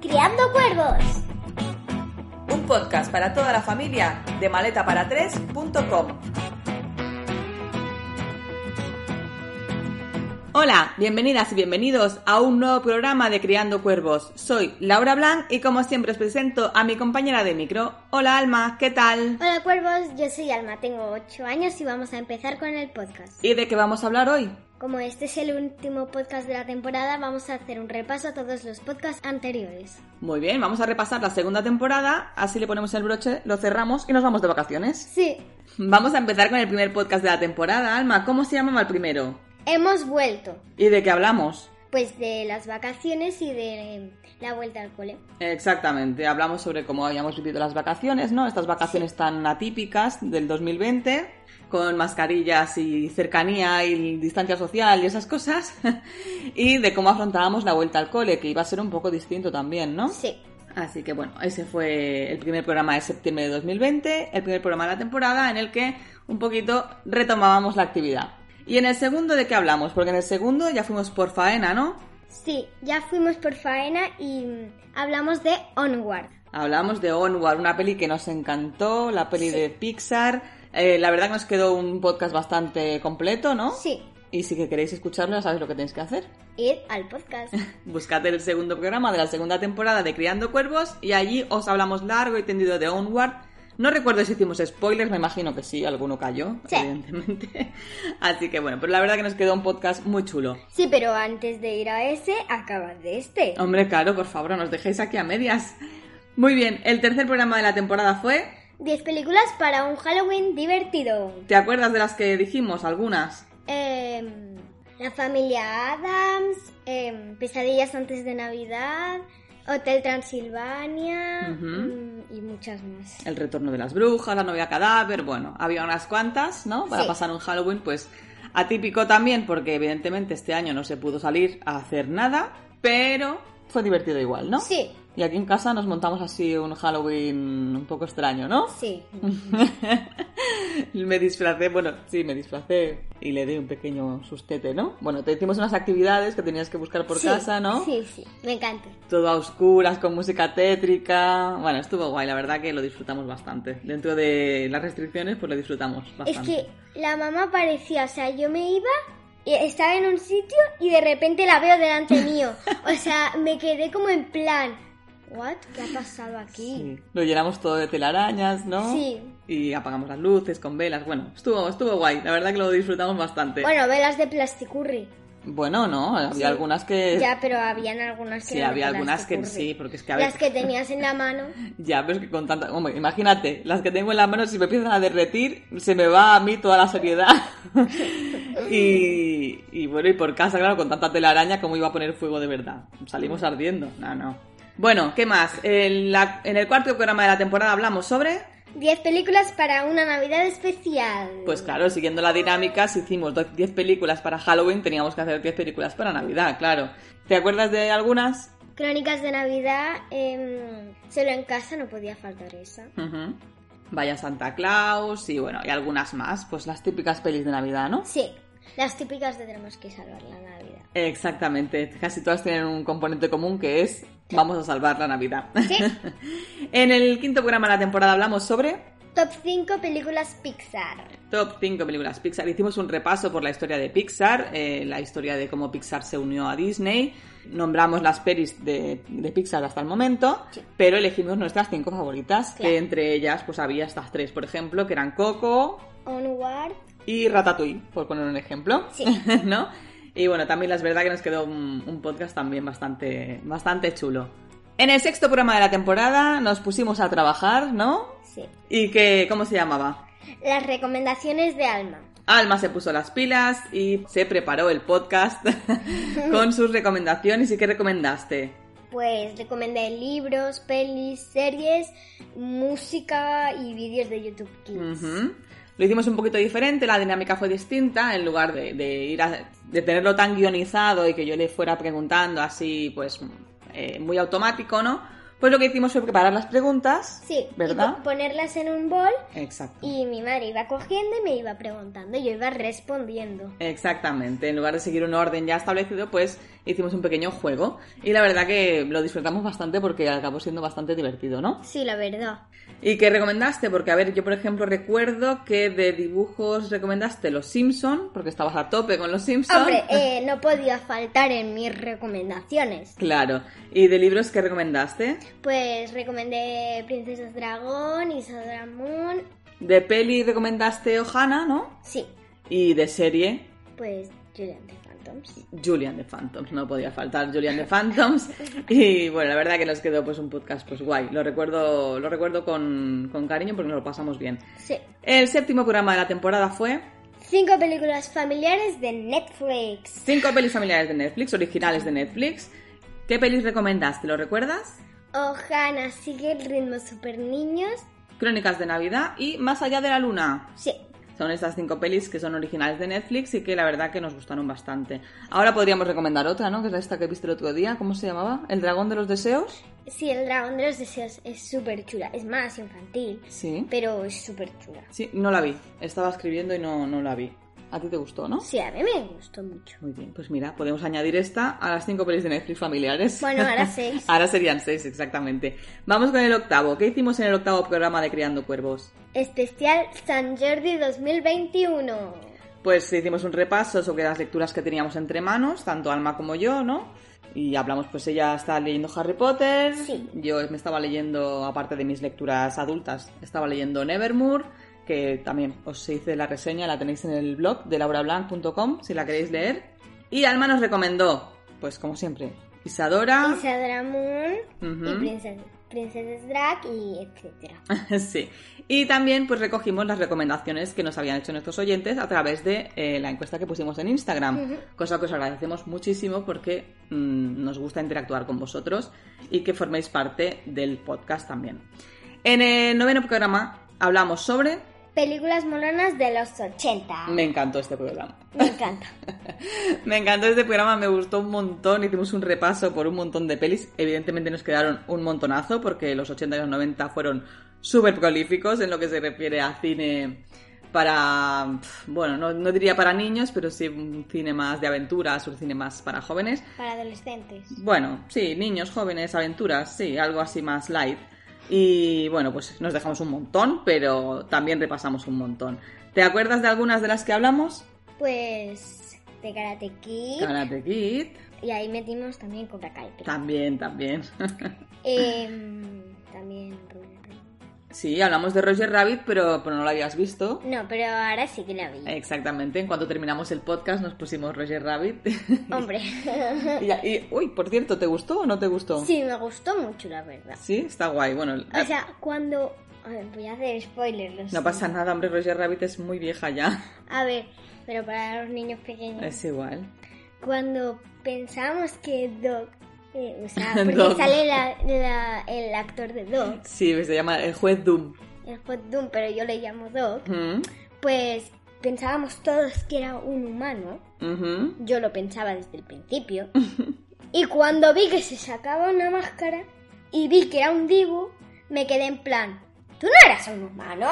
Criando Cuervos. Un podcast para toda la familia de maletaparatres.com. Hola, bienvenidas y bienvenidos a un nuevo programa de Criando Cuervos. Soy Laura Blanc y como siempre os presento a mi compañera de micro. Hola Alma, ¿qué tal? Hola Cuervos, yo soy Alma, tengo 8 años y vamos a empezar con el podcast. ¿Y de qué vamos a hablar hoy? Como este es el último podcast de la temporada, vamos a hacer un repaso a todos los podcasts anteriores. Muy bien, vamos a repasar la segunda temporada, así le ponemos el broche, lo cerramos y nos vamos de vacaciones. Sí, Vamos a empezar con el primer podcast de la temporada, Alma. ¿Cómo se llama el primero? hemos vuelto. ¿Y de qué hablamos? Pues de las vacaciones y de eh, la vuelta al cole. Exactamente, hablamos sobre cómo habíamos vivido las vacaciones, ¿no? Estas vacaciones tan atípicas del 2020, con mascarillas y cercanía y distancia social y esas cosas, y de cómo afrontábamos la vuelta al cole, que iba a ser un poco distinto también, ¿no? Sí. Así que bueno, ese fue el primer programa de septiembre de 2020, el primer programa de la temporada en el que un poquito retomábamos la actividad. ¿Y en el segundo de qué hablamos? Porque en el segundo ya fuimos por faena, ¿no? Sí, ya fuimos por faena y mm, hablamos de Onward. Hablamos de Onward, una peli que nos encantó, la peli de Pixar. Eh, la verdad que nos quedó un podcast bastante completo, ¿no? Sí, Y si que queréis escucharlo, ya sabéis lo que tenéis que hacer. ir al podcast. Buscad el segundo programa de la segunda temporada de Criando Cuervos y allí os hablamos largo y tendido de Onward. No recuerdo si hicimos spoilers, me imagino que sí, alguno cayó, Sí. evidentemente. Así que bueno, pero la verdad que nos quedó un podcast muy chulo. Sí, pero antes de ir a ese, acabas de este. Hombre, claro, por favor, no nos dejéis aquí a medias. Muy bien, el tercer programa de la temporada fue... 10 películas para un Halloween divertido. ¿Te acuerdas de las que dijimos? Algunas. Em, la familia Adams, em, Pesadillas antes de Navidad, Hotel Transilvania Ujú. mm, y muchas más. El retorno de las brujas, la novia cadáver, bueno, había unas cuantas, ¿no? Para Sí. pasar un Halloween, pues atípico también, porque evidentemente este año no se pudo salir a hacer nada, pero fue divertido igual, ¿no? Sí, Y aquí en casa nos montamos así un Halloween un poco extraño, ¿no? sí. me disfracé, bueno, sí, me disfracé y le di un pequeño sustete, ¿no? Bueno, te hicimos unas actividades que tenías que buscar por Sí, casa, ¿no? Sí, sí, me encanta. todo a oscuras, con música tétrica. Bueno, estuvo guay, la verdad que lo disfrutamos bastante. Dentro de las restricciones, pues lo disfrutamos Es bastante. que la mamá parecía, o sea, yo me iba y estaba en un sitio y de repente la veo delante mío. O sea, me quedé como en plan, ¿what? ¿Qué ha pasado aquí? Sí. Lo llenamos todo de telarañas, ¿no? Sí. Y apagamos las luces con velas. Bueno, estuvo, estuvo guay, la verdad que lo disfrutamos bastante. Bueno, velas de plasticurri. Bueno, no, había Sí. algunas que. Ya, pero habían algunas que sí, eran había de algunas que plasticurri. sí, porque es que a Las veces. que tenías en la mano. Ya, pero es que con tanta. Hombre, imagínate, las que tengo en la mano, si me empiezan a derretir, se me va a mí toda la seriedad. y, y bueno, y por casa, claro, con tanta telaraña, ¿cómo iba a poner fuego de verdad? Salimos ardiendo. No, no. Bueno, ¿qué más? En, la- en el cuarto programa de la temporada hablamos sobre. 10 películas para una Navidad especial. Pues claro, siguiendo la dinámica, si hicimos do- 10 películas para Halloween, teníamos que hacer 10 películas para Navidad, claro. ¿Te acuerdas de algunas? Crónicas de Navidad, em, solo en casa no podía faltar esa. Ujú. Vaya Santa Claus y bueno, y algunas más, pues las típicas pelis de Navidad, ¿no? Sí, las típicas de tenemos que salvar la Navidad. Exactamente, casi todas tienen un componente común que es vamos a salvar la Navidad. en el quinto programa de la temporada hablamos sobre Top 5 películas Pixar. top 5 películas Pixar. Hicimos un repaso por la historia de Pixar, eh, la historia de cómo Pixar se unió a Disney. Nombramos las pelis de, de Pixar hasta el momento, Sí. pero elegimos nuestras cinco favoritas, Claro. que entre ellas pues había estas tres, por ejemplo, que eran Coco, Onward, y Ratatouille, por poner un ejemplo. Sí. ¿No? Y bueno, también la verdad que nos quedó un, un podcast también bastante, bastante chulo. En el sexto programa de la temporada nos pusimos a trabajar, ¿no? sí. ¿Y que, cómo se llamaba? Las recomendaciones de Alma. Alma se puso las pilas y se preparó el podcast con sus recomendaciones. ¿Y qué recomendaste? Pues recomendé libros, pelis, series, música y vídeos de YouTube Kids. Ujú. Lo hicimos un poquito diferente, la dinámica fue distinta, en lugar de, de ir a- de tenerlo tan guionizado y que yo le fuera preguntando así, pues eh, muy automático, ¿no? Pues lo que hicimos fue preparar las preguntas, Sí, y ¿verdad? po- ponerlas en un bol Exacto. y mi madre iba cogiendo y me iba preguntando y yo iba respondiendo. Exactamente, en lugar de seguir un orden ya establecido, pues hicimos un pequeño juego y la verdad que lo disfrutamos bastante porque acabó siendo bastante divertido, ¿no? Sí, la verdad. ¿Y qué recomendaste? Porque, a ver, yo por ejemplo recuerdo que de dibujos recomendaste Los Simpson, porque estabas a tope con Los Simpson. Hombre, eh, no podía faltar en mis recomendaciones. Claro. ¿Y de libros qué recomendaste? Pues recomendé Princesas Dragón, Isadora Moon. De peli recomendaste Ohana, ¿no? Sí, Y de serie pues Julian de Phantoms. Julian de Phantoms, no podía faltar Julian de Phantoms. Y bueno, la verdad que nos quedó pues un podcast pues guay. Lo recuerdo, lo recuerdo con, con cariño porque nos lo pasamos bien. Sí. El séptimo programa de la temporada fue Cinco películas familiares de Netflix. cinco pelis familiares de Netflix, originales de Netflix. ¿Qué pelis recomendaste? ¿Lo recuerdas? Ohana sigue el ritmo super niños. Crónicas de Navidad y Más allá de la luna. Sí. Son estas cinco pelis que son originales de Netflix y que la verdad que nos gustaron bastante. Ahora podríamos recomendar otra, ¿no? Que es esta que viste el otro día. ¿Cómo se llamaba? ¿El dragón de los deseos? Sí, el dragón de los deseos es súper chula. Es más infantil, Sí. pero es súper chula. Sí, no la vi. Estaba escribiendo y no, no la vi. A ti te gustó, ¿no? Sí, a mí me gustó mucho. Muy bien, pues mira, podemos añadir esta a las cinco pelis de Netflix familiares. Bueno, ahora seis. ahora serían seis, exactamente. Vamos con el octavo. ¿Qué hicimos en el octavo programa de Criando Cuervos? Especial San Jordi 2021. Pues hicimos un repaso sobre las lecturas que teníamos entre manos, tanto Alma como yo, ¿no? Y hablamos, pues ella está leyendo Harry Potter, Sí. yo me estaba leyendo, aparte de mis lecturas adultas, estaba leyendo Nevermore, que también os hice la reseña, la tenéis en el blog de laurablanc.com si la queréis leer. Y Alma nos recomendó, pues como siempre, Isadora, Isadora Moon y Ah. Ujú. Ah. Princesa, Princesas Drag y etcétera. sí. Y también pues recogimos las recomendaciones que nos habían hecho nuestros oyentes a través de eh, la encuesta que pusimos en Instagram, Ujú. cosa que os agradecemos muchísimo porque mm, nos gusta interactuar con vosotros y que forméis parte del podcast también. En el noveno programa hablamos sobre... Películas molonas de los 80. Me encantó este programa. Me encanta. Me encantó este programa, me gustó un montón. Hicimos un repaso por un montón de pelis. Evidentemente nos quedaron un montonazo porque los 80 y los 90 fueron súper prolíficos en lo que se refiere a cine para, pf, bueno, no, no diría para niños, pero sí un cine más de aventuras, un cine más para jóvenes. Para adolescentes. Bueno, sí, niños, jóvenes, aventuras, sí, algo así más light. Y bueno, pues nos dejamos un montón, pero también repasamos un montón. ¿Te acuerdas de algunas de las que hablamos? Pues de Karate Kid. Karate Kid. Y ahí metimos también Cobra Kai. creo. También, también. Em, también Rubén Rey. Sí, hablamos de Roger Rabbit, pero, pero no lo habías visto. No, pero ahora sí que la vi. Eh, Exactamente, en cuanto terminamos el podcast nos pusimos Roger Rabbit. Hombre. y, ya- y- uy, por cierto, ¿te gustó o no te gustó? sí, me gustó mucho, la verdad. Sí, está guay. Bueno, O sea, cuando... a ver, voy a hacer spoilers. lo no siento. pasa nada, hombre, Roger Rabbit es muy vieja ya. A ver, pero para los niños pequeños. Es igual. Cuando pensamos que Doc... eh, o sea, porque Doc. sale la- la- el actor de Doc, Sí, se llama El Juez Doom. el Hot Doom, pero yo le llamo Doc, Ujú, pues pensábamos todos que era un humano. ujú. Yo lo pensaba desde el principio. y cuando vi que se sacaba una máscara y vi que era un dibu, me quedé en plan, ¿tú no eras un humano?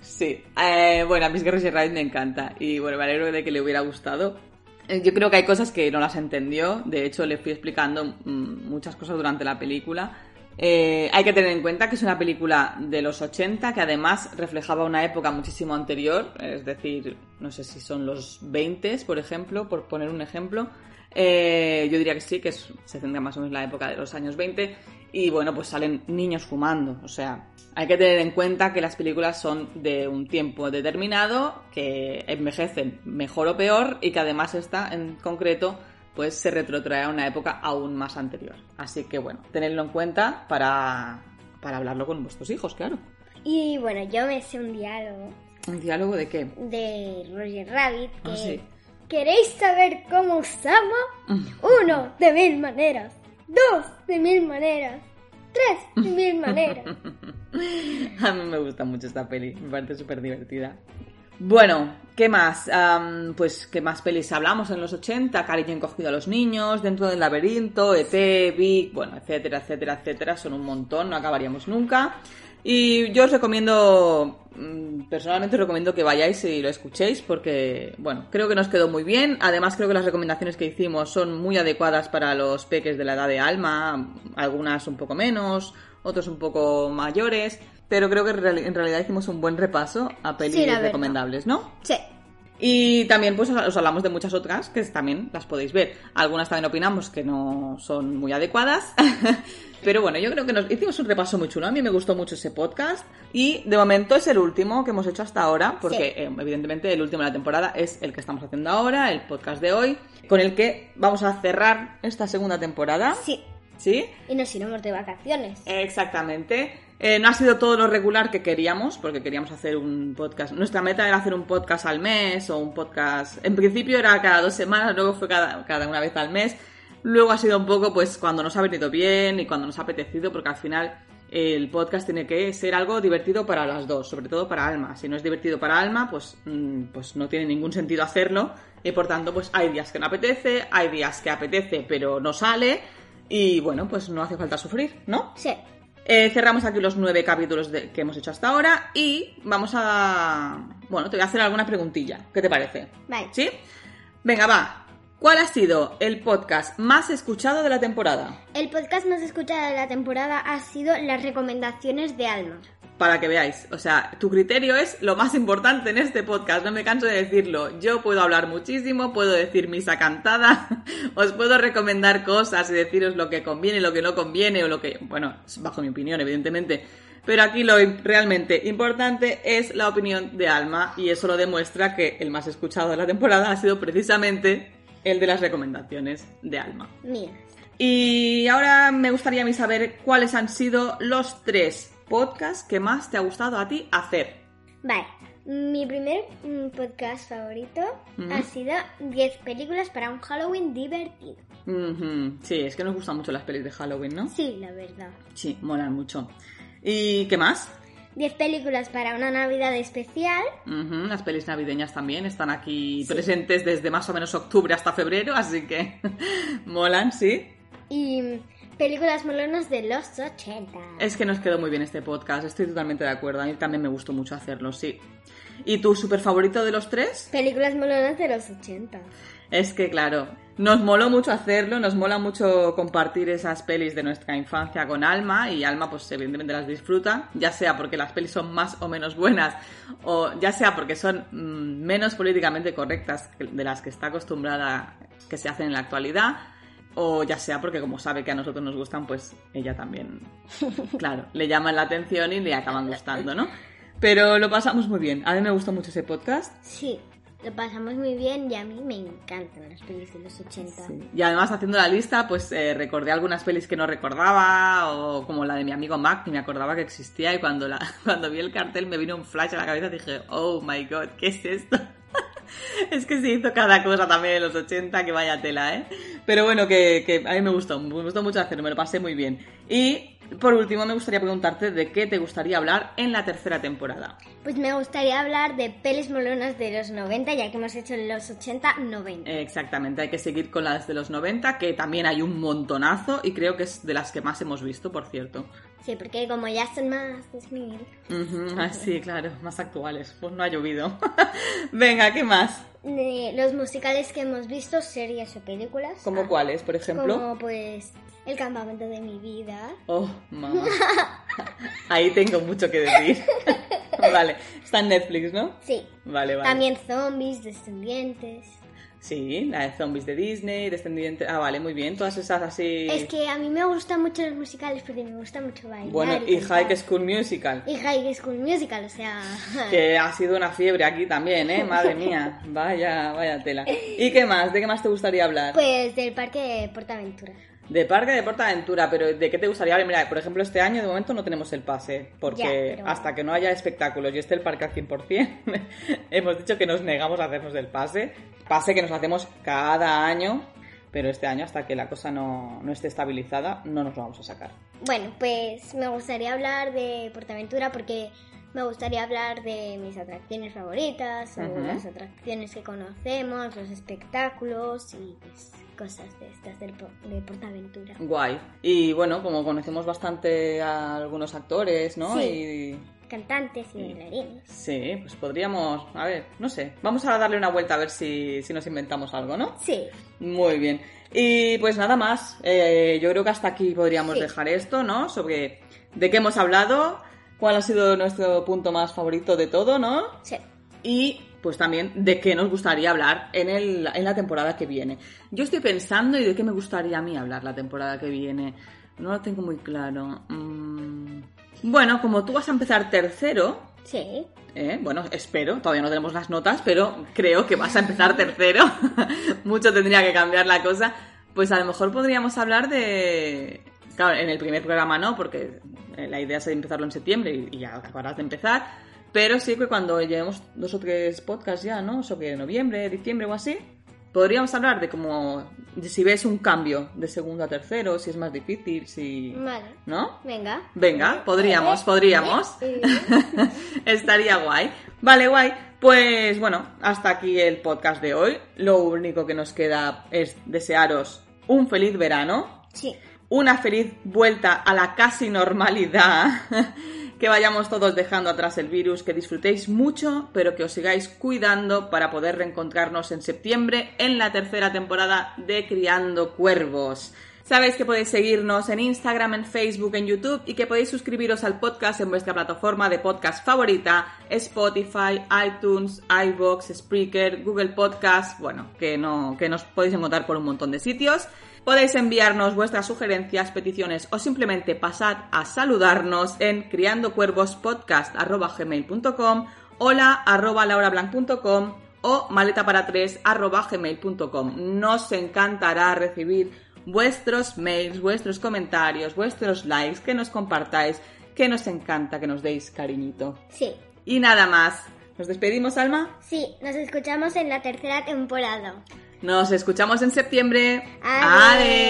Sí, eh, bueno, a mí es que Roger Rabbit me encanta y bueno, me alegro de que le hubiera gustado. Eh, Yo creo que hay cosas que no las entendió, de hecho le fui explicando mm, muchas cosas durante la película. Eh, hay que tener en cuenta que es una película de los 80 que además reflejaba una época muchísimo anterior, es decir, no sé si son los 20, por ejemplo, por poner un ejemplo. Eh, yo diría que sí, que es- se centra más o menos en la época de los años 20 y bueno, pues salen niños fumando, o sea, hay que tener en cuenta que las películas son de un tiempo determinado, que envejecen mejor o peor y que además esta en concreto pues se retrotrae a una época aún más anterior. Así que bueno, tenedlo en cuenta para, para hablarlo con vuestros hijos, claro. Y bueno, yo me hice un diálogo ¿Un diálogo de qué? de Roger Rabbit que... Ah, sí. ¿Queréis saber cómo usamos? Uno, de mil maneras. Dos, de mil maneras. Tres, de mil maneras. A mí me gusta mucho esta peli, me parece súper divertida. Bueno, ¿qué más? Am, pues, ¿qué más pelis hablamos en los 80? Cariño encogido a los niños, Dentro del E laberinto, ET, Big, bueno, etcétera, etcétera, etcétera. Son un montón, no acabaríamos nunca. Y yo os recomiendo, mm, personalmente os recomiendo que vayáis y lo escuchéis porque, bueno, creo que nos quedó muy bien. Además, creo que las recomendaciones que hicimos son muy adecuadas para los peques de la edad de alma, algunas un poco menos, otros un poco mayores. Pero creo que en real- en realidad hicimos un buen repaso a pelis Sí, la verdad. recomendables, ¿no? Sí. Y también pues os hablamos de muchas otras que también las podéis ver. Algunas también opinamos que no son muy adecuadas. Pero bueno, yo creo que nos hicimos un repaso muy chulo. A mí me gustó mucho ese podcast. Y de momento es el último que hemos hecho hasta ahora. Porque eh, evidentemente el último de la temporada es el que estamos haciendo ahora, el podcast de hoy. Con el que vamos a cerrar esta segunda temporada. Sí. ¿Sí? Y nos iremos de vacaciones. Eh. Exactamente. Eh, no ha sido todo lo regular que queríamos, porque queríamos hacer un podcast. Nuestra meta era hacer un podcast al mes o un podcast. En principio era cada dos semanas, luego fue cada, cada una vez al mes. Luego ha sido un poco, pues, cuando nos ha venido bien y cuando nos ha apetecido, porque al final eh, el podcast tiene que ser algo divertido para las dos, sobre todo para Alma. Si no es divertido para Alma, pues, mm, pues no tiene ningún sentido hacerlo. Y por tanto, pues hay días que no apetece, hay días que apetece, pero no sale. Y bueno, pues no hace falta sufrir, ¿no? Sí. Eh, cerramos aquí los nueve capítulos de- que hemos hecho hasta ahora y vamos a... Bueno, te voy a hacer alguna preguntilla. ¿Qué te parece? Vale. ¿Sí? Venga, va. ¿Cuál ha sido el podcast más escuchado de la temporada? El podcast más escuchado de la temporada ha sido las recomendaciones de Alma. Para que veáis, o sea, tu criterio es lo más importante en este podcast, no me canso de decirlo. Yo puedo hablar muchísimo, puedo decir misa cantada, os puedo recomendar cosas y deciros lo que conviene, lo que no conviene o lo que, bueno, es bajo mi opinión, evidentemente. Pero aquí lo im- realmente importante es la opinión de Alma y eso lo demuestra que el más escuchado de la temporada ha sido precisamente el de las recomendaciones de Alma. Mira. Y ahora me gustaría a mí saber cuáles han sido los tres podcasts que más te ha gustado a ti hacer. Vale. Mi primer mm, podcast favorito Mm. ha sido 10 películas para un Halloween divertido. Ujú, Sí, es que nos gustan mucho las pelis de Halloween, ¿no? Sí, la verdad. Sí, molan mucho. ¿Y qué más? 10 películas para una Navidad especial. Ujú, Las pelis navideñas también están aquí presentes desde más o menos octubre hasta febrero, así que molan, sí. Y mm, películas molonas de los 80. Es que nos quedó muy bien este podcast, estoy totalmente de acuerdo. A mí también me gustó mucho hacerlo, sí. ¿Y tu super favorito de los tres? Películas molonas de los 80. Es que claro, nos moló mucho hacerlo, nos mola mucho compartir esas pelis de nuestra infancia con Alma y Alma pues evidentemente las disfruta, ya sea porque las pelis son más o menos buenas o ya sea porque son mm, menos políticamente correctas que- de las que está acostumbrada que se hacen en la actualidad o ya sea porque como sabe que a nosotros nos gustan pues ella también, claro, le llaman la atención y le acaban gustando, ¿no? Pero lo pasamos muy bien, a mí me gustó mucho ese podcast. Sí, lo pasamos muy bien y a mí me encantan las películas de los 80. Sí. Y además haciendo la lista, pues eh, recordé algunas pelis que no recordaba, o como la de mi amigo Mac, que me acordaba que existía, y cuando, la, cuando vi el cartel me vino un flash a la cabeza y dije, oh my god, ¿qué es esto? es que se hizo cada cosa también en los 80, que vaya tela, ¿eh? Pero bueno, que, que a mí me gustó, me gustó mucho hacerlo, me lo pasé muy bien. Y por último me gustaría preguntarte de qué te gustaría hablar en la tercera temporada. Pues me gustaría hablar de pelis molonas de los 90, ya que hemos hecho los 80, 90. Exactamente, hay que seguir con las de los 90, que también hay un montonazo y creo que es de las que más hemos visto, por cierto. Sí, porque como ya son más 2000. Ujú, ah, sí, claro, más actuales, pues no ha llovido. Venga, ¿qué más? de eh, los musicales que hemos visto, series o películas. ¿Como Ah, cuáles, por ejemplo? Como pues El campamento de mi vida. Oh, mamá. Ahí tengo mucho que decir. vale, está en Netflix, ¿no? Sí. Vale, vale. También zombies, descendientes. Sí, la de zombies de Disney, descendiente. Ah, vale, muy bien, todas esas así. Es que a mí me gustan mucho los musicales porque me gusta mucho bailar. Bueno, y y High cantar. School Musical. Y High School Musical, o sea... Que ha sido una fiebre aquí también, ¿eh? Madre mía, vaya, vaya tela. ¿Y qué más? ¿De qué más te gustaría hablar? Pues del parque de Portaventura. De Parque de Portaventura, pero ¿de qué te gustaría hablar? Mira, por ejemplo, este año de momento no tenemos el pase, porque Ya, pero- hasta que no haya espectáculos y esté el parque al 100%, hemos dicho que nos negamos a hacernos el pase, pase que nos hacemos cada año, pero este año hasta que la cosa no, no esté estabilizada, no nos lo vamos a sacar. Bueno, pues me gustaría hablar de Portaventura porque me gustaría hablar de mis atracciones favoritas, o Ujú. las atracciones que conocemos, los espectáculos y pues, cosas de estas del po- de Portaventura. Guay. Y bueno, como conocemos bastante a algunos actores, ¿no? Sí. Y Cantantes y Sí. bailarines. sí, pues podríamos, a ver, no sé, vamos a darle una vuelta a ver si, si nos inventamos algo, ¿no? Sí, Muy bien. Y pues nada más, eh, yo creo que hasta aquí podríamos Sí. dejar esto, ¿no? Sobre de qué hemos hablado, cuál ha sido nuestro punto más favorito de todo, ¿no? sí. y pues también de qué nos gustaría hablar en, el, en la temporada que viene. Yo estoy pensando y de qué me gustaría a mí hablar la temporada que viene. No lo tengo muy claro. Mm. Bueno, como tú vas a empezar tercero, Sí, eh, bueno, espero, todavía no tenemos las notas, pero creo que vas a empezar tercero. Mucho tendría que cambiar la cosa. Pues a lo mejor podríamos hablar de... Claro, en el primer programa no, porque eh, la idea es empezarlo en septiembre y- y ya acabarás de empezar. Pero sí que cuando llevemos dos o tres podcasts ya, ¿no? Sobre noviembre, diciembre o así, podríamos hablar de como... de si ves un cambio de segundo a tercero, si es más difícil, si... vale. ¿No? Venga. Venga, podríamos, podríamos. Sí. Estaría guay. Vale, guay. Pues bueno, hasta aquí el podcast de hoy. Lo único que nos queda es desearos un feliz verano, Sí. una feliz vuelta a la casi normalidad, que vayamos todos dejando atrás el virus, que disfrutéis mucho, pero que os sigáis cuidando para poder reencontrarnos en septiembre en la tercera temporada de Criando Cuervos. Sabéis que podéis seguirnos en Instagram, en Facebook, en YouTube y que podéis suscribiros al podcast en vuestra plataforma de podcast favorita, Spotify, iTunes, iBox, Spreaker, Google Podcast, bueno, que no que nos podéis encontrar por un montón de sitios. Podéis enviarnos vuestras sugerencias, peticiones o simplemente pasad a saludarnos en criandocuervospodcast@gmail.com, hola arroba laurablanc.com o maleta para tres arroba gmail.com. Nos encantará recibir vuestros mails, vuestros comentarios, vuestros likes, que nos compartáis, que nos encanta que nos deis cariñito. Sí. Y nada más. ¿Nos despedimos, Alma? Sí, nos escuchamos en la tercera temporada. Nos escuchamos en septiembre. Ade.